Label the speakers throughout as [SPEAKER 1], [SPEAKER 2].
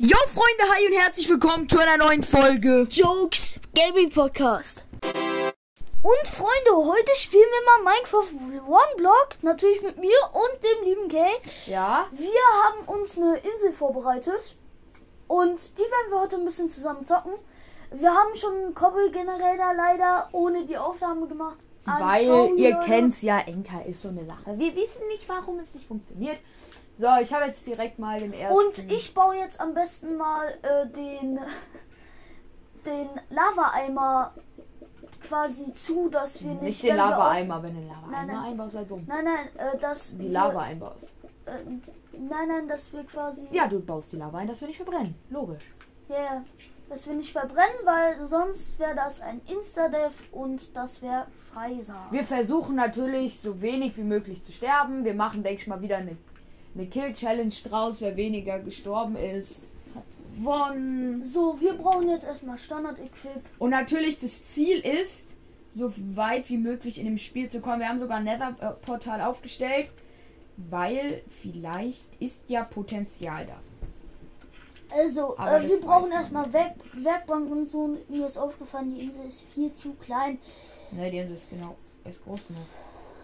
[SPEAKER 1] Jo Freunde, hi und herzlich willkommen zu einer neuen Folge.
[SPEAKER 2] Jokes Gaming Podcast. Und Freunde, heute spielen wir mal Minecraft One Block, natürlich mit mir und dem lieben Kay.
[SPEAKER 1] Ja.
[SPEAKER 2] Wir haben uns eine Insel vorbereitet und die werden wir heute ein bisschen zusammen zocken. Wir haben schon Cobble Generator leider ohne die Aufnahme gemacht. I'm
[SPEAKER 1] Weil
[SPEAKER 2] sorry,
[SPEAKER 1] ihr
[SPEAKER 2] Leute.
[SPEAKER 1] kennt's ja, Enka ist so eine Sache. Wir wissen nicht, warum es nicht funktioniert. So, ich habe jetzt direkt mal den ersten.
[SPEAKER 2] Und ich baue jetzt am besten mal äh, den, den Lavaeimer quasi zu, dass wir nicht,
[SPEAKER 1] Nicht den
[SPEAKER 2] wenn wir auf-
[SPEAKER 1] Lava-Eimer, wenn du den Lava-Eimer
[SPEAKER 2] Nein, nein.
[SPEAKER 1] einbaust, sei dumm.
[SPEAKER 2] Nein, nein, äh, dass
[SPEAKER 1] Die
[SPEAKER 2] wir-
[SPEAKER 1] Lava einbaust.
[SPEAKER 2] Äh, nein, nein, dass wir quasi.
[SPEAKER 1] Ja, du baust die Lava ein, dass wir nicht verbrennen. Logisch.
[SPEAKER 2] Ja, ja. dass wir nicht verbrennen, weil sonst wäre das ein Instadev und das wäre scheiße.
[SPEAKER 1] Wir versuchen natürlich so wenig wie möglich zu sterben. Wir machen, denke ich mal, wieder eine, eine Kill-Challenge draus. Wer weniger gestorben ist, hat gewonnen.
[SPEAKER 2] So, wir brauchen jetzt erstmal Standard-Equip.
[SPEAKER 1] Und natürlich das Ziel ist, so weit wie möglich in dem Spiel zu kommen. Wir haben sogar ein Nether-Portal aufgestellt, weil vielleicht ist ja Potenzial da.
[SPEAKER 2] Also,
[SPEAKER 1] Aber
[SPEAKER 2] äh,
[SPEAKER 1] das
[SPEAKER 2] wir
[SPEAKER 1] weiß
[SPEAKER 2] brauchen
[SPEAKER 1] man
[SPEAKER 2] erstmal Werk Werkbank und so. Und Mir ist aufgefallen, die Insel ist viel zu klein.
[SPEAKER 1] Ne, die Insel ist genau ist groß genug.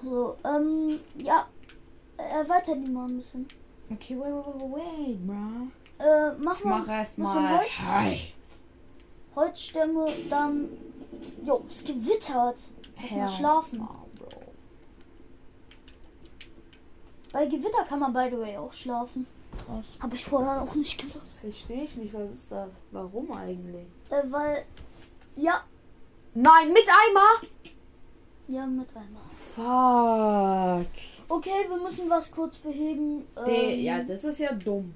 [SPEAKER 2] So, ähm, ja. Erweitern die mal ein bisschen.
[SPEAKER 1] Okay, wait, wait, wait, wait, bro.
[SPEAKER 2] Äh, mach
[SPEAKER 1] Ich
[SPEAKER 2] mal
[SPEAKER 1] mach erst
[SPEAKER 2] ein bisschen
[SPEAKER 1] mal.
[SPEAKER 2] Holz. Holzstämme, dann. Jo, es gewittert. Lass mal schlafen.
[SPEAKER 1] Oh,
[SPEAKER 2] Bei Gewitter kann man, by the way, auch schlafen. Habe ich vorher auch nicht gewusst.
[SPEAKER 1] Verstehe ich nicht, was ist das? Warum eigentlich?
[SPEAKER 2] Äh, weil. Ja,
[SPEAKER 1] Nein, mit Eimer!
[SPEAKER 2] ja, mit einmal.
[SPEAKER 1] Fuck.
[SPEAKER 2] Okay, wir müssen was kurz beheben.
[SPEAKER 1] Nee,
[SPEAKER 2] Ähm,
[SPEAKER 1] ja, das ist ja dumm.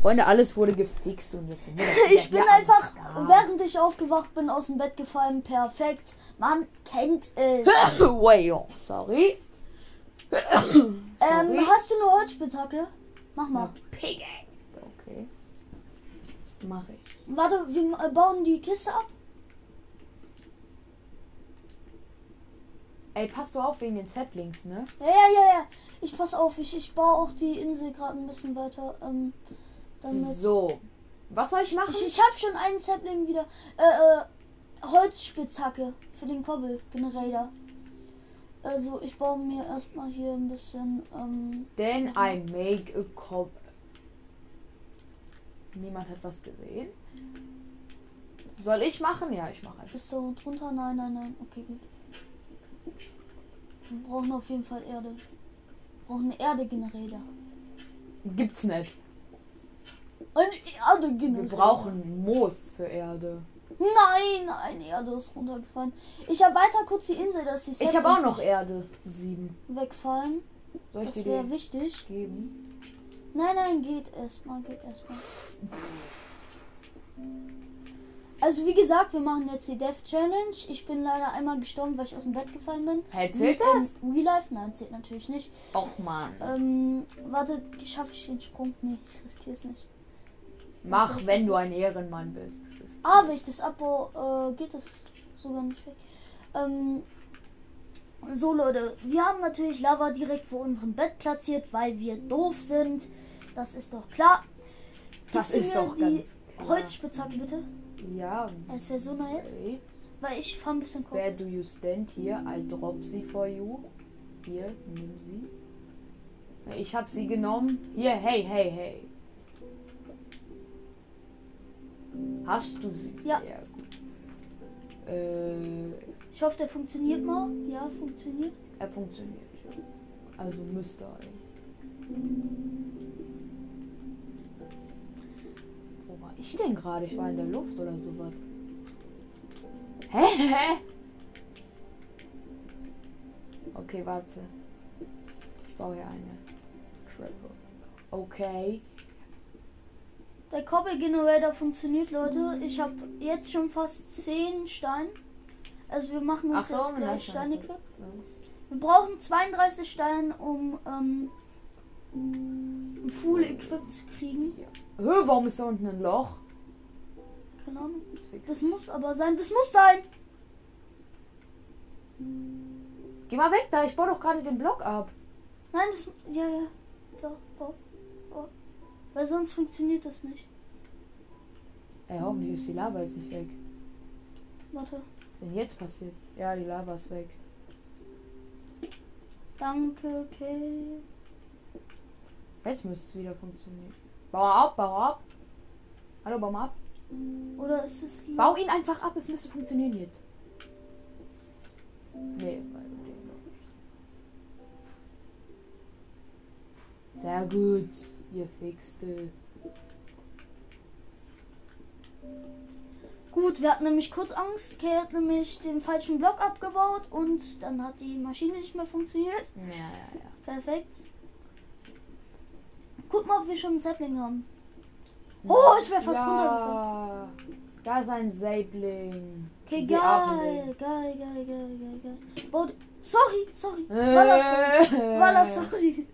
[SPEAKER 1] Freunde, alles wurde gefixt und jetzt sind wir
[SPEAKER 2] ich bin
[SPEAKER 1] halt
[SPEAKER 2] einfach,
[SPEAKER 1] Ja.
[SPEAKER 2] während ich aufgewacht bin, aus dem Bett gefallen. Perfekt. Man kennt es.
[SPEAKER 1] Wait, oh, sorry.
[SPEAKER 2] ähm, hast du eine Holzspitzhacke? Mach mal.
[SPEAKER 1] Piggy. Okay. Mach ich.
[SPEAKER 2] Warte, wir äh, bauen die Kiste ab.
[SPEAKER 1] Ey, passt du auf wegen den Zetlings, ne?
[SPEAKER 2] Ja, ja, ja, ja. Ich pass auf, ich, ich baue auch die Insel gerade ein bisschen weiter. Ähm, damit.
[SPEAKER 1] So. Was soll ich machen?
[SPEAKER 2] Ich, ich habe schon einen Sapling wieder. Äh, äh, Holzspitzhacke für den Kobbel Generator. Also ich baue mir erstmal hier ein bisschen. Ähm,
[SPEAKER 1] Then I make a cop. Niemand hat was gesehen. Soll ich machen? Ja, ich mache einfach.
[SPEAKER 2] ist da unten drunter? Nein, nein, nein. Okay, gut. Wir brauchen auf jeden Fall Erde. Wir brauchen einen Erde-Generator.
[SPEAKER 1] Gibt's nicht.
[SPEAKER 2] Ein Erde-Generator.
[SPEAKER 1] Wir brauchen Moos für Erde.
[SPEAKER 2] Nein, nein, Erde ist runtergefallen. Ich erweitere kurz die Insel, dass die
[SPEAKER 1] Ich habe auch
[SPEAKER 2] Saplings
[SPEAKER 1] noch
[SPEAKER 2] nicht
[SPEAKER 1] Erde. Sieben.
[SPEAKER 2] wegfallen.
[SPEAKER 1] Soll ich
[SPEAKER 2] Das
[SPEAKER 1] dir
[SPEAKER 2] wäre
[SPEAKER 1] die
[SPEAKER 2] wichtig.
[SPEAKER 1] geben?
[SPEAKER 2] Nein, nein, geht erstmal, geht erstmal. Also wie gesagt, wir machen jetzt die Death Challenge. Ich bin leider einmal gestorben, weil ich aus dem Bett gefallen bin.
[SPEAKER 1] Hey, zählt
[SPEAKER 2] Nicht
[SPEAKER 1] das?
[SPEAKER 2] im Real Life? Nein, zählt natürlich nicht.
[SPEAKER 1] Och, Mann.
[SPEAKER 2] Ähm, warte, schaffe ich den Sprung? Nee, ich riskiere es nicht.
[SPEAKER 1] Mach,
[SPEAKER 2] Was ist
[SPEAKER 1] wenn du
[SPEAKER 2] das
[SPEAKER 1] ein Ehrenmann bist.
[SPEAKER 2] Ah, wenn ich das abbaue, äh, geht das sogar nicht weg. Ähm, so Leute, wir haben natürlich Lava direkt vor unserem Bett platziert, weil wir doof sind. Das ist doch klar.
[SPEAKER 1] Das
[SPEAKER 2] Gibst du
[SPEAKER 1] ist
[SPEAKER 2] mir
[SPEAKER 1] doch
[SPEAKER 2] die
[SPEAKER 1] ganz klar.
[SPEAKER 2] Holzspitzhacke bitte.
[SPEAKER 1] Ja.
[SPEAKER 2] Es wäre so neu jetzt,
[SPEAKER 1] Okay.
[SPEAKER 2] weil ich fahre ein bisschen
[SPEAKER 1] Where
[SPEAKER 2] gucken.
[SPEAKER 1] do you stand here? I drop sie for you. Hier, nimm sie. Ich hab sie genommen. Hier, hey, hey, hey. Hast du sie?
[SPEAKER 2] Ja.
[SPEAKER 1] Sehr gut. Äh,
[SPEAKER 2] Ich hoffe, der funktioniert mal. Ja, funktioniert.
[SPEAKER 1] er funktioniert. Also müsste er. Wo war ich denn gerade? Ich war in der Luft oder sowas. Hä? Hä? Okay, warte. Ich baue hier eine Treppe. Okay.
[SPEAKER 2] Der Cobble Generator funktioniert, Leute. Ich habe jetzt schon fast 10 Steine. Also wir machen uns
[SPEAKER 1] Ach so,
[SPEAKER 2] jetzt
[SPEAKER 1] na,
[SPEAKER 2] gleich
[SPEAKER 1] schon.
[SPEAKER 2] Steine. quick. Wir brauchen 32 Steine, um ähm, ein Full Equip zu kriegen.
[SPEAKER 1] Hö, warum ist da unten ein Loch?
[SPEAKER 2] Keine Ahnung.
[SPEAKER 1] Das ist fix.
[SPEAKER 2] Das muss aber sein. Das muss sein.
[SPEAKER 1] Geh mal weg da, ich baue doch gerade den Block ab.
[SPEAKER 2] Nein, das. Ja, ja. Ja, ja. ja. Weil sonst funktioniert das nicht.
[SPEAKER 3] Ey, hoffentlich ist die Lava jetzt nicht weg.
[SPEAKER 2] Warte.
[SPEAKER 3] Was ist denn jetzt passiert? Ja, die Lava ist weg.
[SPEAKER 2] Danke, okay.
[SPEAKER 3] Jetzt müsste es wieder funktionieren. Bau ab, bau ab. Hallo, bau mal ab.
[SPEAKER 2] Oder ist es hier?
[SPEAKER 3] Bau ihn einfach ab, es müsste funktionieren jetzt. Nee, weil den noch nicht. Sehr gut, ihr Fixte.
[SPEAKER 2] Gut, wir hatten nämlich kurz Angst. Kay hat nämlich den falschen Block abgebaut und dann hat die Maschine nicht mehr funktioniert.
[SPEAKER 3] Ja, ja, ja.
[SPEAKER 2] Perfekt. Guck mal, ob wir schon einen Sapling haben. Oh, ich wäre fast runtergefallen.
[SPEAKER 3] ja. Da ist ein Säbling.
[SPEAKER 2] Okay,
[SPEAKER 3] Sie
[SPEAKER 2] geil,
[SPEAKER 3] atmen.
[SPEAKER 2] geil, geil, geil, geil, geil. Bau die- sorry, sorry. War das sorry?
[SPEAKER 3] Äh.
[SPEAKER 2] War das sorry?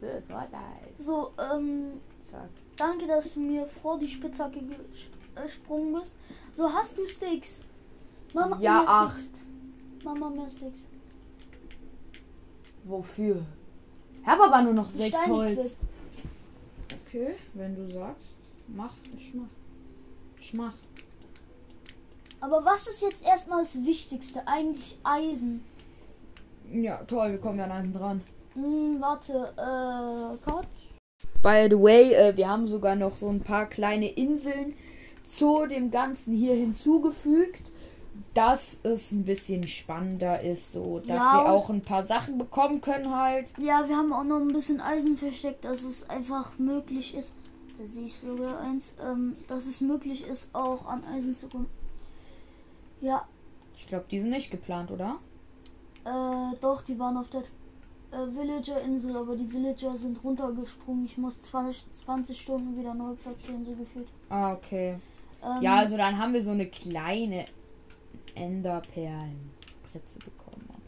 [SPEAKER 3] Äh, Vorteil.
[SPEAKER 2] So, ähm,
[SPEAKER 3] Zack.
[SPEAKER 2] danke, dass du mir vor die Spitzhacke ges- äh, gesprungen bist. So, hast du Sticks? Mama,
[SPEAKER 3] Ja,
[SPEAKER 2] mehr
[SPEAKER 3] acht.
[SPEAKER 2] Sticks. Mama, mehr Sticks.
[SPEAKER 3] Wofür? Ich habe aber nur noch sechs
[SPEAKER 2] Steine
[SPEAKER 3] Holz.
[SPEAKER 2] clip.
[SPEAKER 1] Okay, wenn du sagst, mach, ich mach. Ich mach.
[SPEAKER 2] Aber was ist jetzt erstmal das Wichtigste? Eigentlich Eisen.
[SPEAKER 1] Ja, toll, wir kommen ja an Eisen dran.
[SPEAKER 2] Hm, warte, äh, Couch?
[SPEAKER 1] By the way, äh, wir haben sogar noch so ein paar kleine Inseln zu dem Ganzen hier hinzugefügt, dass es ein bisschen spannender ist, so dass
[SPEAKER 2] Ja,
[SPEAKER 1] wir
[SPEAKER 2] und-
[SPEAKER 1] auch ein paar Sachen bekommen können halt.
[SPEAKER 2] Ja, wir haben auch noch ein bisschen Eisen versteckt, dass es einfach möglich ist. Da sehe ich sogar eins, ähm, dass es möglich ist, auch an Eisen zu kommen. Ja,
[SPEAKER 1] Ich glaube, die sind nicht geplant, oder?
[SPEAKER 2] äh, doch, die waren auf der äh, Villager-Insel, aber die Villager sind runtergesprungen. Ich muss 20, 20 Stunden wieder neu platzieren, so gefühlt.
[SPEAKER 1] Ah, okay.
[SPEAKER 2] Ähm,
[SPEAKER 1] Ja, also dann haben wir so eine kleine Enderperlenspritze bekommen. Aber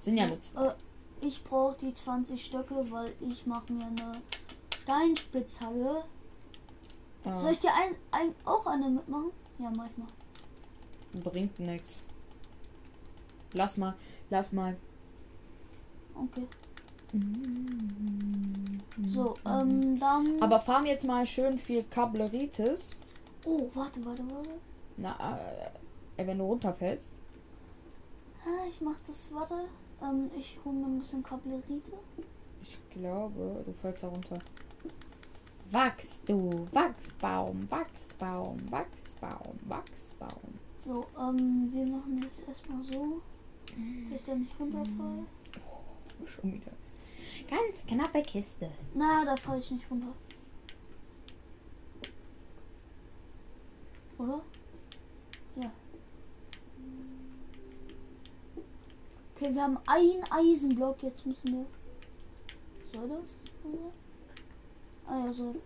[SPEAKER 1] sind ja nur zwei.
[SPEAKER 2] Äh, ich brauche die 20 Stöcke, weil ich mache mir eine Steinspitzhacke. Soll
[SPEAKER 1] Ah,
[SPEAKER 2] ich dir ein, ein, auch eine mitmachen? Ja, mach ich mal.
[SPEAKER 1] bringt nichts. Lass mal, lass mal.
[SPEAKER 2] Okay. So, ähm, dann.
[SPEAKER 1] Aber farm jetzt mal schön viel Kableritis.
[SPEAKER 2] Oh, warte, warte, warte.
[SPEAKER 1] Na, äh, wenn du runterfällst.
[SPEAKER 2] Ah, Ich mach das, warte. Ähm, ich hole mir ein bisschen Kablerite.
[SPEAKER 1] Ich glaube, du fällst da runter. Wachs, du. Wachsbaum, Wachsbaum, Wachsbaum, Wachsbaum.
[SPEAKER 2] So, ähm, wir machen jetzt erstmal so. Dass ich da nicht runterfall.
[SPEAKER 1] Schon wieder. Ganz knappe Kiste.
[SPEAKER 2] Na, da falle ich nicht runter. Oder? Ja. Okay, wir haben einen Eisenblock. Jetzt müssen wir. Soll das? Ah ja, soll.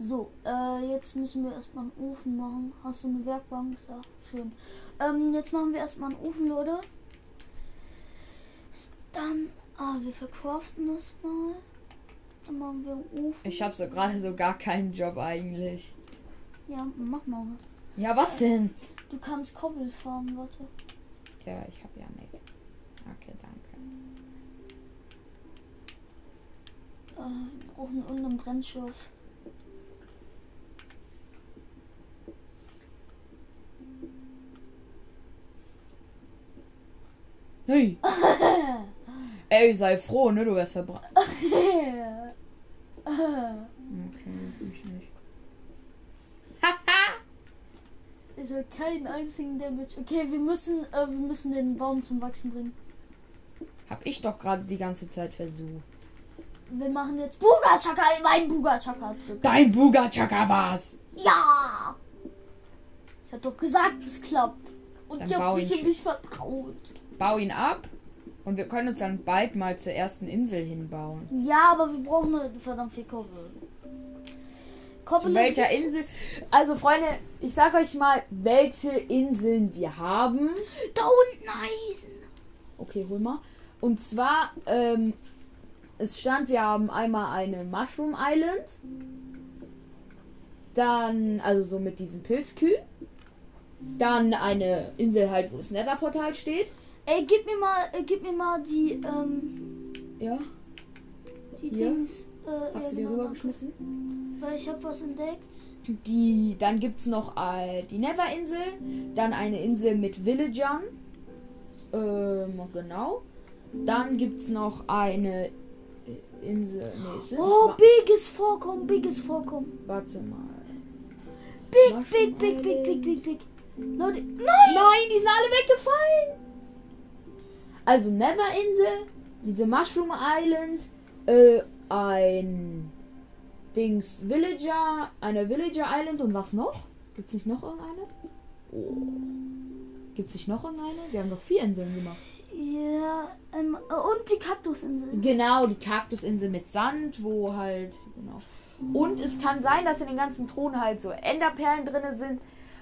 [SPEAKER 2] So, äh, jetzt müssen wir erstmal einen Ofen machen. Hast du eine Werkbank? Ja, schön. Ähm, jetzt machen wir erstmal einen Ofen, Leute. Dann, ah, wir verkraften das mal. Dann machen wir einen Ofen.
[SPEAKER 1] Ich habe so gerade so gar keinen Job eigentlich.
[SPEAKER 2] Ja, mach mal was.
[SPEAKER 1] Ja, was denn?
[SPEAKER 2] Du kannst Kobbel fahren, warte. Äh,
[SPEAKER 1] Ja, ich habe ja nicht. Okay, danke.
[SPEAKER 2] Äh, wir brauchen irgendeinen Brennstoff.
[SPEAKER 1] Hey. Ey, sei froh, ne? Du wärst verbrannt. Okay, ich nicht.
[SPEAKER 2] Ich will keinen einzigen Damage. Okay, wir müssen, äh, wir müssen den Baum zum Wachsen bringen.
[SPEAKER 1] Hab ich doch gerade die ganze Zeit versucht.
[SPEAKER 2] Wir machen jetzt Bugachaka. Mein Bugachaka hat geklappt.
[SPEAKER 1] Dein Bugachaka war's.
[SPEAKER 2] Ja! Ich hab doch gesagt, es klappt. Und
[SPEAKER 1] Dann
[SPEAKER 2] ihr
[SPEAKER 1] bau
[SPEAKER 2] habt
[SPEAKER 1] ihn
[SPEAKER 2] mich, ihr
[SPEAKER 1] schön.
[SPEAKER 2] mich vertraut.
[SPEAKER 1] Bau ihn ab und wir können uns dann bald mal zur ersten Insel hinbauen.
[SPEAKER 2] Ja, aber wir brauchen nur verdammt viel Kobbel. Kobbel
[SPEAKER 1] Zu welcher
[SPEAKER 2] ist-
[SPEAKER 1] Insel? Oh, Also Freunde, ich sag euch mal, welche Inseln wir haben.
[SPEAKER 2] Da unten Eisen.
[SPEAKER 1] Okay, hol mal. Und zwar, ähm, es stand, wir haben einmal eine Mushroom Island. Dann, also so mit diesen Pilzkühen. Dann eine Insel halt, wo das Netherportal steht.
[SPEAKER 2] Ey, gib mir mal, äh, gib mir mal die, ähm,
[SPEAKER 1] Ja.
[SPEAKER 2] die
[SPEAKER 1] Hier?
[SPEAKER 2] Dings. Äh,
[SPEAKER 1] Hast
[SPEAKER 2] ja,
[SPEAKER 1] du die
[SPEAKER 2] genau,
[SPEAKER 1] rübergeschmissen?
[SPEAKER 2] danke. Weil ich habe was entdeckt.
[SPEAKER 1] Die, dann gibt es noch äh, die Never-Insel, dann eine Insel mit Villagern. Ähm, genau. Dann gibt es noch eine Insel. Nee, es sind
[SPEAKER 2] Oh,
[SPEAKER 1] zwei-
[SPEAKER 2] biges Vorkommen, biges Vorkommen.
[SPEAKER 1] Warte mal.
[SPEAKER 2] Big,
[SPEAKER 1] Mushroom
[SPEAKER 2] big, big, big, big,
[SPEAKER 1] Island.
[SPEAKER 2] big, big. Leute, nein!
[SPEAKER 1] Nein, die sind alle weggefallen. Also Never-Insel, diese Mushroom Island, äh, ein Dings Villager, eine Villager Island und was noch? Gibt's nicht noch irgendeine? Oh. Gibt's nicht noch irgendeine? Wir haben doch vier Inseln gemacht.
[SPEAKER 2] Ja, ähm, äh, und die Kaktusinsel.
[SPEAKER 1] Genau, die Kaktusinsel mit Sand, wo halt, genau. Und es kann sein, dass in den ganzen Thronen halt so Enderperlen drin sind,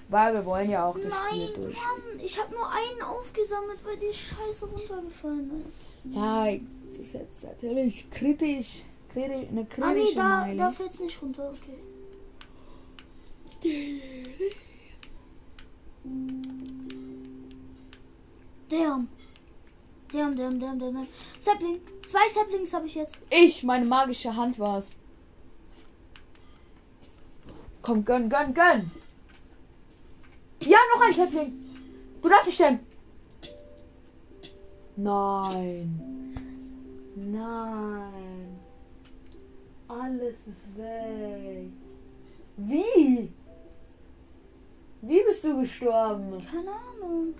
[SPEAKER 1] weil wir wollen ja auch das
[SPEAKER 2] Nein,
[SPEAKER 1] Spiel durch.
[SPEAKER 2] Mann, ich habe nur einen aufgesammelt, weil die Scheiße runtergefallen ist.
[SPEAKER 1] Ja, das ist jetzt natürlich kritisch. kritisch eine
[SPEAKER 2] Ah, nee,
[SPEAKER 1] kritische
[SPEAKER 2] da,
[SPEAKER 1] Meinung.
[SPEAKER 2] da fällt's nicht runter, okay. Damn. Damn, damn, damn, damn, damn. Sapling. Zwei Saplings habe ich jetzt.
[SPEAKER 1] Ich, meine magische Hand war's. Komm, gönn, gönn, gönn. Ja, noch ein Tapping. Du darfst dich stellen. Nein. Nein. Alles ist weg. Wie? Wie bist du gestorben?
[SPEAKER 2] Keine Ahnung.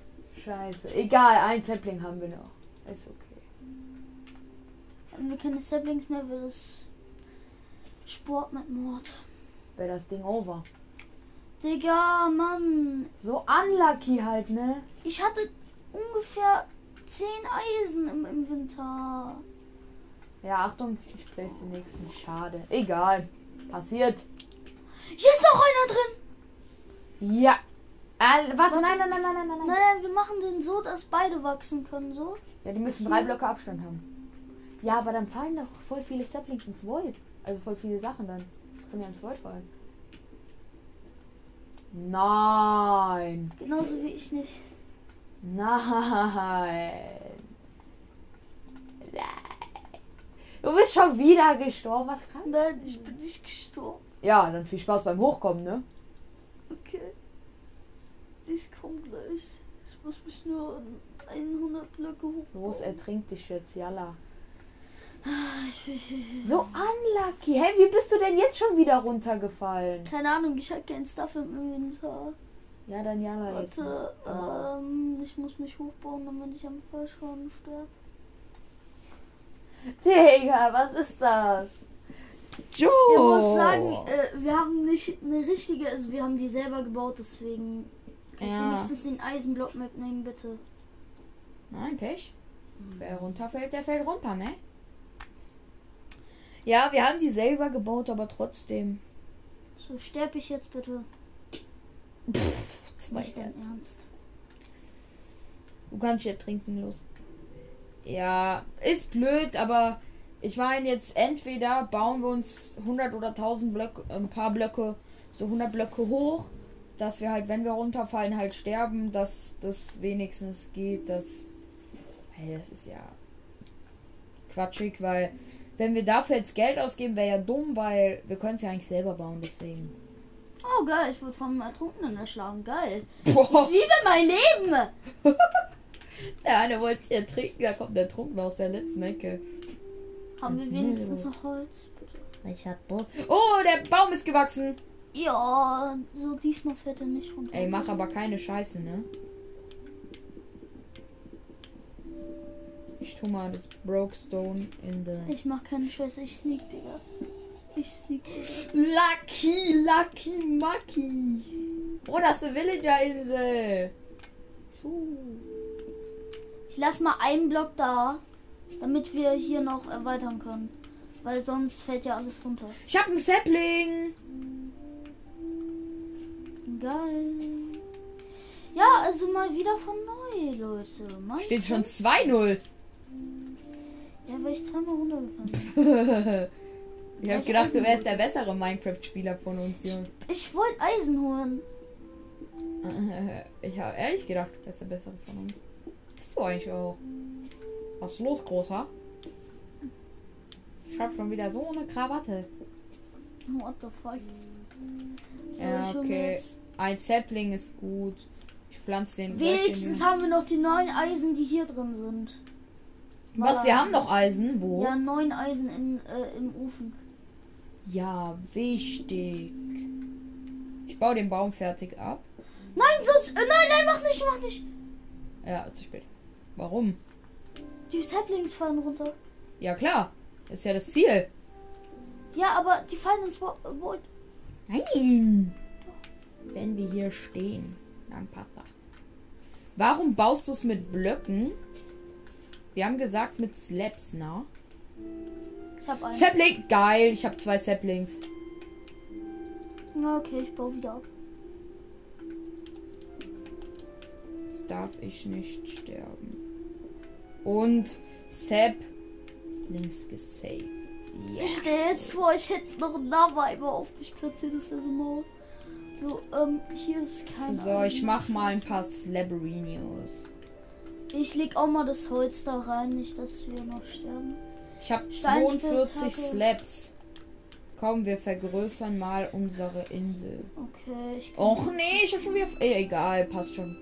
[SPEAKER 1] Scheiße. Egal, ein Zeppling haben wir noch. Ist okay.
[SPEAKER 2] Haben wir keine Saplings mehr, wird es Sport mit Mord.
[SPEAKER 1] Wäre das Ding over.
[SPEAKER 2] Digga, Mann.
[SPEAKER 1] So unlucky halt, ne?
[SPEAKER 2] Ich hatte ungefähr 10 Eisen im Inventar.
[SPEAKER 1] Ja, Achtung, ich place den nächsten. Schade. Egal. Passiert.
[SPEAKER 2] Hier ist noch einer drin.
[SPEAKER 1] Ja. Äh, warte, nein, nein, nein, nein, nein, nein, nein.
[SPEAKER 2] Naja, wir machen den so, dass beide wachsen können, so.
[SPEAKER 1] Ja, die müssen drei Blöcke Abstand haben. Ja, aber dann fallen doch voll viele Saplings ins Void. Also voll viele Sachen dann. Können ja ins Void fallen. Nein.
[SPEAKER 2] Genauso wie ich nicht.
[SPEAKER 1] Nein. Nein. Du bist schon wieder gestorben. Was kann?
[SPEAKER 2] Nein, ich bin nicht gestorben.
[SPEAKER 1] Ja, dann viel Spaß beim Hochkommen, ne?
[SPEAKER 2] Okay. Ich komm gleich. Ich muss mich nur 100 Blöcke hoch.
[SPEAKER 1] Los, ertrink dich jetzt, Jalla.
[SPEAKER 2] Ah, Ich will-
[SPEAKER 1] So unlucky. Hey, wie bist du denn jetzt schon wieder runtergefallen?
[SPEAKER 2] Keine Ahnung, ich hab keinen Stuff im Inventar.
[SPEAKER 1] Ja, dann Jalla jetzt.
[SPEAKER 2] Warte,
[SPEAKER 1] Aber-
[SPEAKER 2] ähm, ich muss mich hochbauen, damit ich am Fallschaden sterbe.
[SPEAKER 1] Digga, was ist das? Joe!
[SPEAKER 2] Ich muss
[SPEAKER 1] Oh.
[SPEAKER 2] sagen, äh, wir haben nicht eine richtige, also wir haben die selber gebaut, deswegen kann
[SPEAKER 1] Ja.
[SPEAKER 2] ich wenigstens den Eisenblock mitnehmen, bitte.
[SPEAKER 1] Nein, Pech. Wer runterfällt, der fällt runter, ne? Ja, wir haben die selber gebaut, aber trotzdem.
[SPEAKER 2] So, sterbe ich jetzt bitte.
[SPEAKER 1] Pff, zwei
[SPEAKER 2] Nicht dein
[SPEAKER 1] Herzen.
[SPEAKER 2] Ernst.
[SPEAKER 1] Du kannst ja trinken, los. Ja, ist blöd, aber ich meine jetzt entweder bauen wir uns 100 oder 1000 Blöcke, äh, ein paar Blöcke, so 100 Blöcke hoch, dass wir halt, wenn wir runterfallen, halt sterben, dass das wenigstens geht, dass... Hey, das ist ja quatschig, weil wenn wir dafür jetzt Geld ausgeben, wäre ja dumm, weil wir können es ja eigentlich selber bauen, deswegen.
[SPEAKER 2] Oh geil, ich wurde vom Ertrunkenen erschlagen. Geil. Ich
[SPEAKER 1] Boah,
[SPEAKER 2] liebe mein Leben.
[SPEAKER 1] der eine wollte es ja trinken, da kommt der Trunken aus der letzten Ecke.
[SPEAKER 2] Haben wir wenigstens noch Holz? Bitte.
[SPEAKER 1] Ich hab Bock. Oh, der Baum ist gewachsen.
[SPEAKER 2] Ja, so diesmal fährt er nicht runter.
[SPEAKER 1] Ey, mach aber keine Scheiße, ne? Ich tu mal das Brokestone in the.
[SPEAKER 2] Ich mach keine Scheiße, ich sneak, Digga. Ich sneak.
[SPEAKER 1] Lucky, lucky, mucky. Oh, das ist eine Villager-Insel.
[SPEAKER 2] Ich lass mal einen Block da, damit wir hier noch erweitern können. Weil sonst fällt ja alles runter.
[SPEAKER 1] Ich hab ein Sapling.
[SPEAKER 2] Geil. Ja, also mal wieder von neu, Leute. Mann,
[SPEAKER 1] Steht schon 2-0.
[SPEAKER 2] Ja, weil ich zweimal runtergefallen bin.
[SPEAKER 1] ich hab gedacht, du wärst der bessere Minecraft-Spieler von uns, Junge.
[SPEAKER 2] Ich wollte Eisen holen.
[SPEAKER 1] Ich hab ehrlich gedacht, du wärst der bessere von uns. Bist du eigentlich auch. Was ist los, Großer? Ich hab schon wieder so eine Krawatte.
[SPEAKER 2] What the fuck? So,
[SPEAKER 1] Ja,
[SPEAKER 2] ich hol mir
[SPEAKER 1] okay.
[SPEAKER 2] jetzt-
[SPEAKER 1] Ein Sapling ist gut. Ich pflanze den. gleich
[SPEAKER 2] Wenigstens
[SPEAKER 1] den
[SPEAKER 2] haben wir noch die neun Eisen, die hier drin sind.
[SPEAKER 1] Was? Wir haben noch Eisen. Wo?
[SPEAKER 2] Ja, neun Eisen in, äh, im Ofen.
[SPEAKER 1] Ja, wichtig. Ich baue den Baum fertig ab.
[SPEAKER 2] Nein, sonst. Äh, nein, nein, mach nicht, mach nicht.
[SPEAKER 1] Ja, zu spät. Warum?
[SPEAKER 2] Die Saplings fallen runter.
[SPEAKER 1] Ja, klar. Ist ja das Ziel.
[SPEAKER 2] Ja, aber die fallen ins Wo- äh, Void.
[SPEAKER 1] Nein. Wenn wir hier stehen, dann passt das. Warum baust du es mit Blöcken? Wir haben gesagt mit Slabs, na?
[SPEAKER 2] Ich hab einen.
[SPEAKER 1] Sapling! Geil, ich habe zwei Saplings.
[SPEAKER 2] Na, okay, ich baue wieder ab.
[SPEAKER 1] Jetzt darf ich nicht sterben. Und Saplings gesaved. Ja.
[SPEAKER 2] Ich stell jetzt vor, ich hätte noch einen Lava immer auf dich platziert, das wäre so mau. So, ähm, hier ist kein.
[SPEAKER 1] So, ich mach mal ein paar Slabrinios.
[SPEAKER 2] Ich leg auch mal das Holz da rein, nicht, dass wir noch sterben.
[SPEAKER 1] Ich habe
[SPEAKER 2] Steinspitzhacke.
[SPEAKER 1] 42 Slabs. Komm, wir vergrößern mal unsere Insel.
[SPEAKER 2] Okay, ich.
[SPEAKER 1] Och nee, ich habe schon wieder. Ey, egal, passt schon.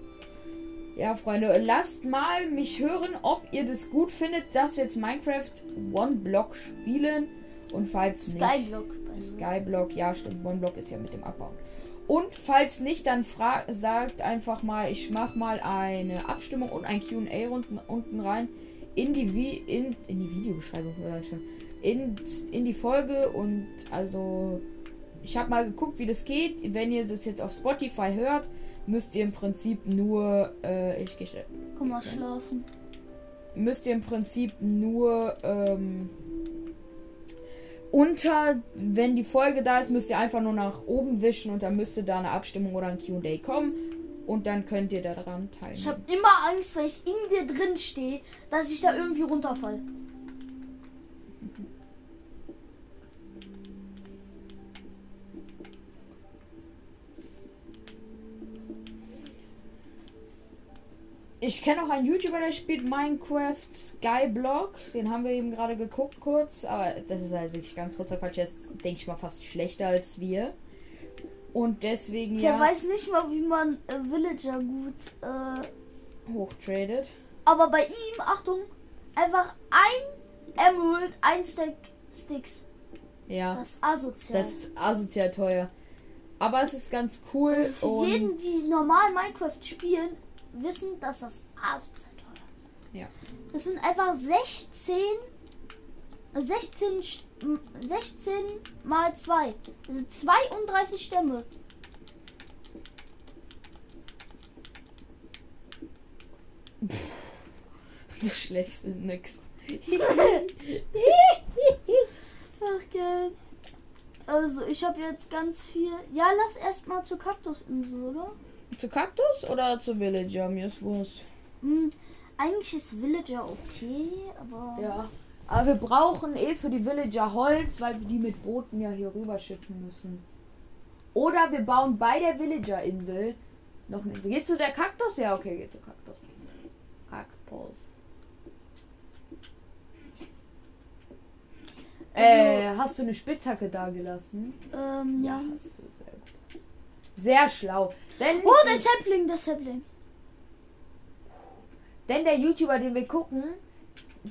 [SPEAKER 1] Ja, Freunde, lasst mal mich hören, ob ihr das gut findet, dass wir jetzt Minecraft One Block spielen. Und falls nicht.
[SPEAKER 2] Skyblock. bei mir.
[SPEAKER 1] Skyblock, ja, stimmt. OneBlock ist ja mit dem Abbauen. Und falls nicht, dann fra- sagt einfach mal, ich mache mal eine Abstimmung und ein QA unten, unten rein in die, Vi in, in die Videobeschreibung, sag ich schon. In, in die Folge und also ich habe mal geguckt, wie das geht. Wenn ihr das jetzt auf Spotify hört, müsst ihr im Prinzip nur, äh, ich gehe
[SPEAKER 2] Komm mal
[SPEAKER 1] ne?
[SPEAKER 2] schlafen.
[SPEAKER 1] müsst ihr im Prinzip nur ähm, unter, wenn die Folge da ist, müsst ihr einfach nur nach oben wischen und dann müsste da eine Abstimmung oder ein QA kommen und dann könnt ihr daran teilnehmen.
[SPEAKER 2] Ich habe immer Angst, wenn ich in dir drin stehe, dass ich da irgendwie runterfall.
[SPEAKER 1] Ich kenne auch einen YouTuber, der spielt Minecraft Skyblock. Den haben wir eben gerade geguckt kurz. Aber das ist halt wirklich ganz kurzer Quatsch. Jetzt denke ich mal fast schlechter als wir. Und deswegen
[SPEAKER 2] Der
[SPEAKER 1] ja
[SPEAKER 2] weiß nicht mal, wie man äh, Villager gut. Äh,
[SPEAKER 1] hochtradet.
[SPEAKER 2] aber bei ihm, Achtung, einfach ein Emerald, ein Stack Sticks.
[SPEAKER 1] Ja.
[SPEAKER 2] Das ist asozial.
[SPEAKER 1] Das ist asozial teuer. Aber es ist ganz cool
[SPEAKER 2] Für
[SPEAKER 1] und
[SPEAKER 2] jeden, die normal Minecraft spielen, wissen, dass das asozial teuer ist.
[SPEAKER 1] Ja.
[SPEAKER 2] Das sind einfach 16. 16, Sch- m, 16 mal 2. Das sind 32 Stämme.
[SPEAKER 1] du schläfst in nix.
[SPEAKER 2] Ach geil. Also ich habe jetzt ganz viel. Ja, lass erstmal zur Kaktusinsel, oder?
[SPEAKER 1] Zu Kaktus oder zu Villager? Mir ist Wurst.
[SPEAKER 2] Hm, eigentlich ist Villager okay, aber.
[SPEAKER 3] Ja.
[SPEAKER 1] Aber wir brauchen eh für die Villager Holz, weil wir die mit Booten ja hier rüber schiffen müssen. Oder wir bauen bei der Villager-Insel noch eine Insel. Gehst du der Kaktus? Ja, okay, geht zu Kaktus. Kaktus. Äh, hast du eine Spitzhacke da gelassen?
[SPEAKER 2] Ähm, ja.
[SPEAKER 1] Hast du sehr gut. Sehr schlau. Denn,
[SPEAKER 2] Oh, der Sapling, der Sapling.
[SPEAKER 1] denn der YouTuber, den wir gucken,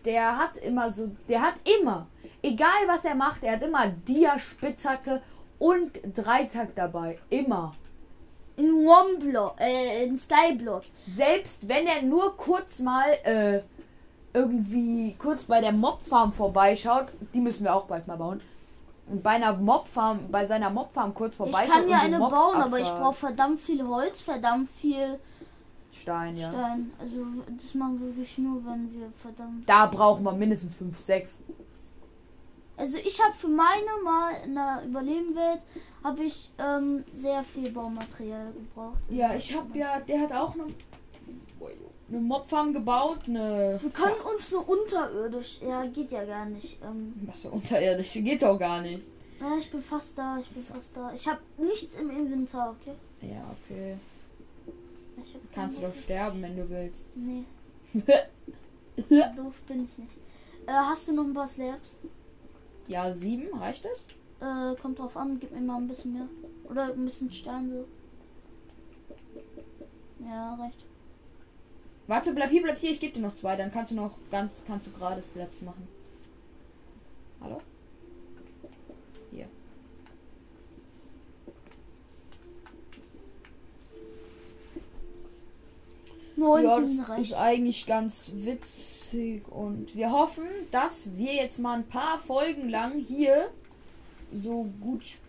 [SPEAKER 1] der hat immer so, der hat immer, egal was er macht, er hat immer Dia, Spitzhacke und Dreitakt dabei. Immer.
[SPEAKER 2] In Womblock, äh, in Skyblock.
[SPEAKER 1] Selbst wenn er nur kurz mal äh, irgendwie kurz bei der Mobfarm vorbeischaut, die müssen wir auch bald mal bauen. Und bei einer Mobfarm, bei seiner Mobfarm kurz
[SPEAKER 2] Ich
[SPEAKER 1] vorbeischaut.
[SPEAKER 2] kann ja
[SPEAKER 1] und die
[SPEAKER 2] eine
[SPEAKER 1] Mobs
[SPEAKER 2] bauen, aber ich
[SPEAKER 1] abfahrt.
[SPEAKER 2] brauche verdammt viel Holz, verdammt viel
[SPEAKER 1] Stein, ja.
[SPEAKER 2] Stein. Also das machen wir wirklich nur, wenn wir verdammt.
[SPEAKER 1] Da brauchen wir mindestens 5, 6.
[SPEAKER 2] Also ich habe für meine mal in der Überlebenwelt habe ich ähm, sehr viel Baumaterial gebraucht.
[SPEAKER 1] Ja, ich hab ja, der hat auch eine, eine Mobfarm gebaut, ne eine.
[SPEAKER 2] Wir können uns so unterirdisch. Ja, geht ja gar nicht. Ähm,
[SPEAKER 1] Was für unterirdisch, geht doch gar nicht.
[SPEAKER 2] ja, ich bin fast da, ich bin fast da. Ich habe nichts im Inventar, okay?
[SPEAKER 1] Ja, okay.
[SPEAKER 2] Ich hab
[SPEAKER 1] Kannst du
[SPEAKER 2] keine-
[SPEAKER 1] doch sterben, wenn du willst.
[SPEAKER 2] Nee, so doof bin ich nicht. Äh, hast du noch ein paar Slabs?
[SPEAKER 1] Ja, sieben, reicht das?
[SPEAKER 2] Äh, kommt drauf an, gib mir mal ein bisschen mehr. Oder ein bisschen Stein so. Ja, reicht.
[SPEAKER 1] Warte, bleib hier, bleib hier, ich gebe dir noch zwei, dann kannst du noch ganz, kannst du gerade Slaps machen. Hallo? Hier. Ja, das
[SPEAKER 2] 19
[SPEAKER 1] ist
[SPEAKER 2] reicht.
[SPEAKER 1] eigentlich ganz witzig und wir hoffen, dass wir jetzt mal ein paar Folgen lang hier so gut sp-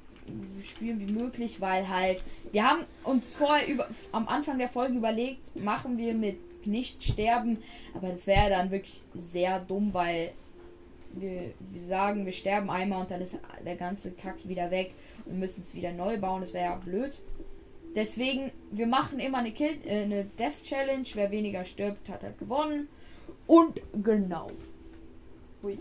[SPEAKER 1] spielen wie möglich, weil halt wir haben uns vorher über, am Anfang der Folge überlegt, machen wir mit nicht sterben, aber das wäre dann wirklich sehr dumm, weil wir, wir sagen, wir sterben einmal und dann ist der ganze Kack wieder weg und müssen es wieder neu bauen, das wäre ja blöd. Deswegen, wir machen immer eine, Kill, äh, eine Death Challenge. Wer weniger stirbt, hat halt gewonnen. Und genau.
[SPEAKER 3] Ui.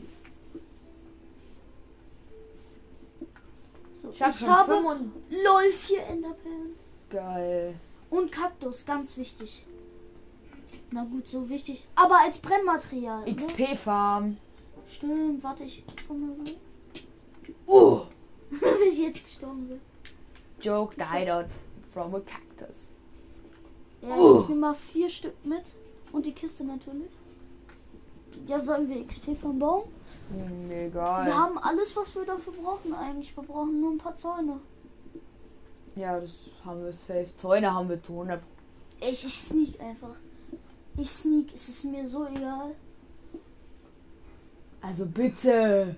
[SPEAKER 2] So,
[SPEAKER 3] Ich hab
[SPEAKER 2] ich
[SPEAKER 3] schon
[SPEAKER 2] habe
[SPEAKER 3] 55
[SPEAKER 2] LOL 4 Enderperlen.
[SPEAKER 3] Geil.
[SPEAKER 2] Und Kaktus, ganz wichtig. Na gut, so wichtig. Aber als Brennmaterial. Ne?
[SPEAKER 3] XP-Farm.
[SPEAKER 2] Stimmt, warte, ich komme mal rein.
[SPEAKER 3] Uh.
[SPEAKER 2] Wenn ich jetzt gestorben ne? bin.
[SPEAKER 3] Joke died out from a cactus.
[SPEAKER 2] Ja, also
[SPEAKER 3] Uh.
[SPEAKER 2] ich nehme mal vier Stück mit. Und die Kiste natürlich. Ja, sollen wir XP von bauen?
[SPEAKER 3] Hm, Egal.
[SPEAKER 2] Wir haben alles, was wir dafür brauchen eigentlich. Wir brauchen nur ein paar Zäune.
[SPEAKER 3] ja, das haben wir safe. Zäune haben wir zu 100.
[SPEAKER 2] Ich, ich sneak einfach. Ich sneak, es ist mir so egal.
[SPEAKER 3] Also bitte.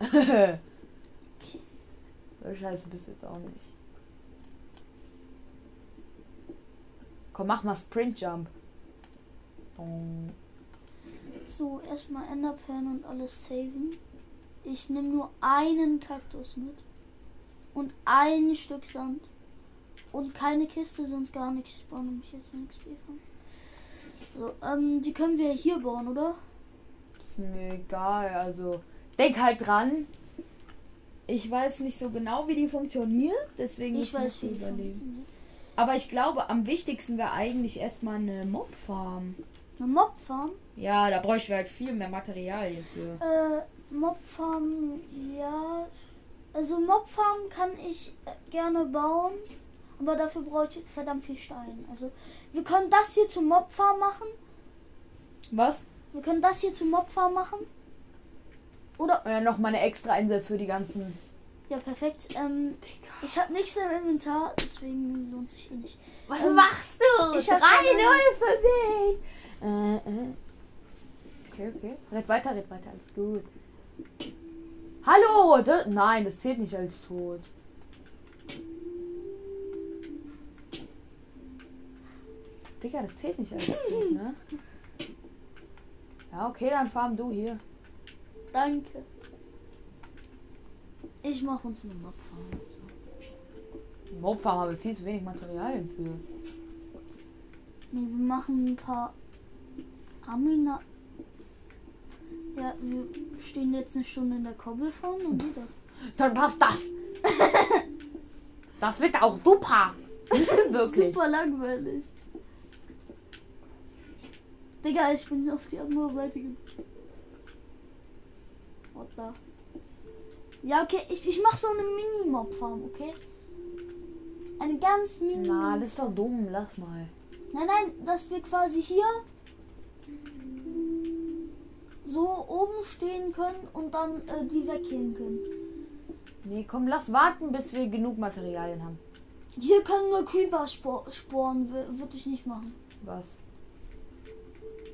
[SPEAKER 3] so scheiße bist du jetzt auch nicht. Komm, mach mal Sprint Jump. Oh, Dong.
[SPEAKER 2] So, erstmal Enderperlen und alles saven. Ich nehme nur einen Kaktus mit. Und ein Stück Sand. Und keine Kiste, sonst gar nichts. Ich baue nämlich jetzt nichts XP von. So, ähm, die können wir hier bauen, oder?
[SPEAKER 3] Ist mir egal, also denk halt dran.
[SPEAKER 1] Ich weiß nicht so genau, wie die funktionieren. Deswegen müssen
[SPEAKER 2] ich
[SPEAKER 1] wir
[SPEAKER 2] weiß, wie
[SPEAKER 1] es
[SPEAKER 2] die
[SPEAKER 1] überlegen.
[SPEAKER 2] funktioniert.
[SPEAKER 1] Aber ich glaube, am wichtigsten wäre eigentlich erstmal eine Mobfarm.
[SPEAKER 2] Eine Mobfarm?
[SPEAKER 1] Ja, da bräuchten wir halt viel mehr Materialien für.
[SPEAKER 2] Äh, Mobfarm, ja. Also Mobfarm kann ich äh, gerne bauen, aber dafür brauche ich jetzt verdammt viel Stein. Also wir können das hier zu Mobfarm machen.
[SPEAKER 1] Was?
[SPEAKER 2] Wir können das hier zu Mobfarm machen. Oder
[SPEAKER 3] Und dann noch mal eine extra Insel für die ganzen.
[SPEAKER 2] ja perfekt. Ähm, ich habe nichts im Inventar, deswegen lohnt sich eh nicht.
[SPEAKER 3] Was
[SPEAKER 2] Ähm,
[SPEAKER 3] machst du?
[SPEAKER 2] ich hab
[SPEAKER 3] 3-0 für mich. Äh, äh. Okay, okay. Red weiter, red weiter, alles gut. Hallo! Das, nein, das zählt nicht als tot. Digga, das zählt nicht als tot, ne? Ja, okay, dann farm du hier.
[SPEAKER 2] Danke. Ich mache uns eine Mobfarm.
[SPEAKER 3] Mobfarm haben wir viel zu wenig Materialien für.
[SPEAKER 2] Nee, wir machen ein paar Amina. Ja, wir stehen jetzt eine Stunde in der Kobbelform und wie das?
[SPEAKER 3] Dann passt das. das wird auch super. Wirklich.
[SPEAKER 2] Super langweilig. Digga, ich bin auf die andere Seite ge. What the? Ja, okay, ich, ich mach so eine Minimob-Farm, okay? Eine ganz mini.
[SPEAKER 3] Na, das ist doch dumm. Lass mal.
[SPEAKER 2] Nein, nein, dass wir quasi hier so oben stehen können und dann äh, die wegheben können.
[SPEAKER 3] Nee, komm, lass warten, bis wir genug Materialien haben.
[SPEAKER 2] Hier können nur Creeper spor sporen, würde ich nicht machen.
[SPEAKER 3] Was?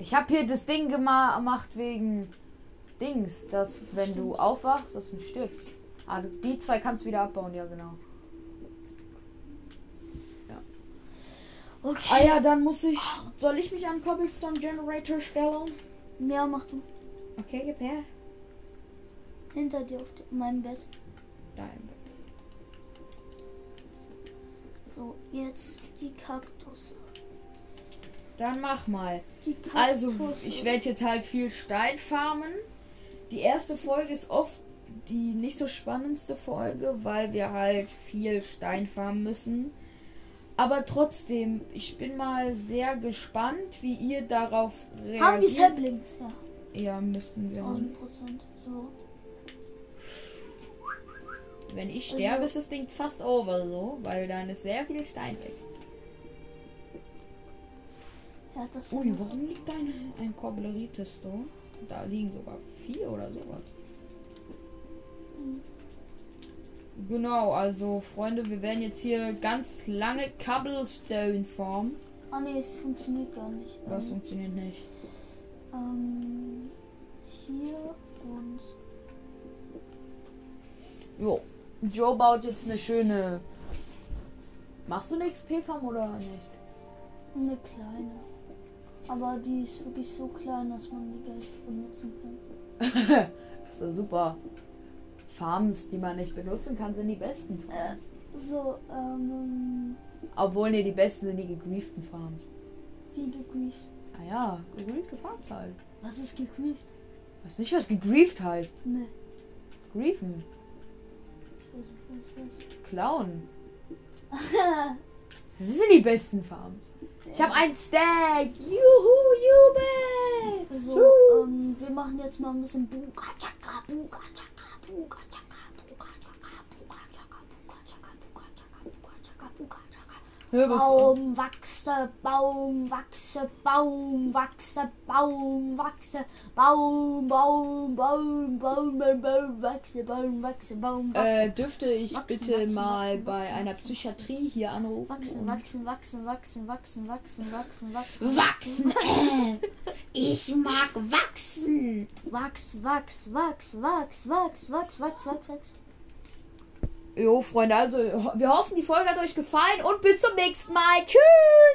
[SPEAKER 3] Ich habe hier das Ding gema- gemacht wegen Dings, dass wenn du aufwachst, dass du stirbst. Ah, du- die zwei kannst du wieder abbauen, ja genau.
[SPEAKER 2] Okay.
[SPEAKER 1] Ah ja, dann muss ich. Soll ich mich an Cobblestone Generator stellen?
[SPEAKER 2] Ja, mach du.
[SPEAKER 1] Okay, gib her.
[SPEAKER 2] Hinter dir auf de- meinem Bett.
[SPEAKER 1] Dein Bett.
[SPEAKER 2] So, jetzt die Kaktusse.
[SPEAKER 1] Dann mach mal.
[SPEAKER 2] Die Kaktusse.
[SPEAKER 1] Also, ich werde jetzt halt viel Stein farmen. Die erste Folge ist oft die nicht so spannendste Folge, weil wir halt viel Stein farmen müssen. Aber trotzdem, ich bin mal sehr gespannt, wie ihr darauf reagiert.
[SPEAKER 2] Haben wir Saplings? Ja, Oh.
[SPEAKER 1] Ja, müssten wir haben.
[SPEAKER 2] 1000 Prozent. So.
[SPEAKER 1] Wenn ich sterbe, ist das Ding fast over so, weil dann ist sehr viel Stein weg.
[SPEAKER 2] Ja, das
[SPEAKER 1] Ui, warum liegt da ein, ein Cobblerite-Stone? Da liegen sogar vier oder sowas. Genau, also Freunde, wir werden jetzt hier ganz lange Cobblestone formen.
[SPEAKER 2] Ah ne, es funktioniert gar nicht.
[SPEAKER 3] Mhm.
[SPEAKER 1] Was
[SPEAKER 2] Ähm,
[SPEAKER 1] funktioniert nicht?
[SPEAKER 2] ähm, hier und
[SPEAKER 3] Jo. Joe baut jetzt eine schöne. Machst du eine XP-Farm oder nicht?
[SPEAKER 2] eine kleine. Aber die ist wirklich so klein, dass man die gar nicht benutzen kann.
[SPEAKER 3] Das ist ja super. Farms, die man nicht benutzen kann, sind die besten
[SPEAKER 1] Äh.
[SPEAKER 3] Farms.
[SPEAKER 2] So, ähm,
[SPEAKER 3] Obwohl, ne, die besten sind die gegrieften Farms.
[SPEAKER 2] wie gegrieft.
[SPEAKER 3] Ah ja, gegriefte Farms halt.
[SPEAKER 2] Was ist gegrieft?
[SPEAKER 3] Weiß nicht, was gegrieft heißt.
[SPEAKER 2] Ne,
[SPEAKER 3] Griefen.
[SPEAKER 2] ich weiß nicht, was das ist.
[SPEAKER 3] Klauen. Das sind die besten Farms. Ich habe ein Stack. Juhu, Jubel.
[SPEAKER 2] So,
[SPEAKER 3] Juhu.
[SPEAKER 2] ähm, wir machen jetzt mal ein bisschen Buka Chaka, Buka Chaka, Buka Chaka, Buka Chaka, Buka Chaka, Buka Chaka, Buka Chaka, Buka Chaka, Buka Chaka.
[SPEAKER 1] Hör,
[SPEAKER 2] Baum wachse, Baum wachse, Baum wachse, Baum wachse, Baum, Baum, Baum, Baum, Baum, Baum wachse, Baum wachse, Baum wachse.
[SPEAKER 1] Äh, dürfte ich
[SPEAKER 2] Wachsen,
[SPEAKER 1] bitte
[SPEAKER 2] wachsen,
[SPEAKER 1] mal
[SPEAKER 2] wachsen,
[SPEAKER 1] bei
[SPEAKER 2] wachsen,
[SPEAKER 1] einer
[SPEAKER 2] wachsen,
[SPEAKER 1] Psychiatrie hier anrufen?
[SPEAKER 2] Wachsen,
[SPEAKER 1] und-
[SPEAKER 2] wachsen, wachsen, wachsen, wachsen, wachsen, wachsen, wachsen,
[SPEAKER 1] Wachsen! äh. ich mag wachsen!
[SPEAKER 2] Wachs, Wachs, Wachs, Wachs, Wachs, Wachs, Wachs, Wachs, Wachs.
[SPEAKER 1] Jo, Freunde, also ho- wir hoffen, die Folge hat euch gefallen und bis zum nächsten Mal. Tschüss!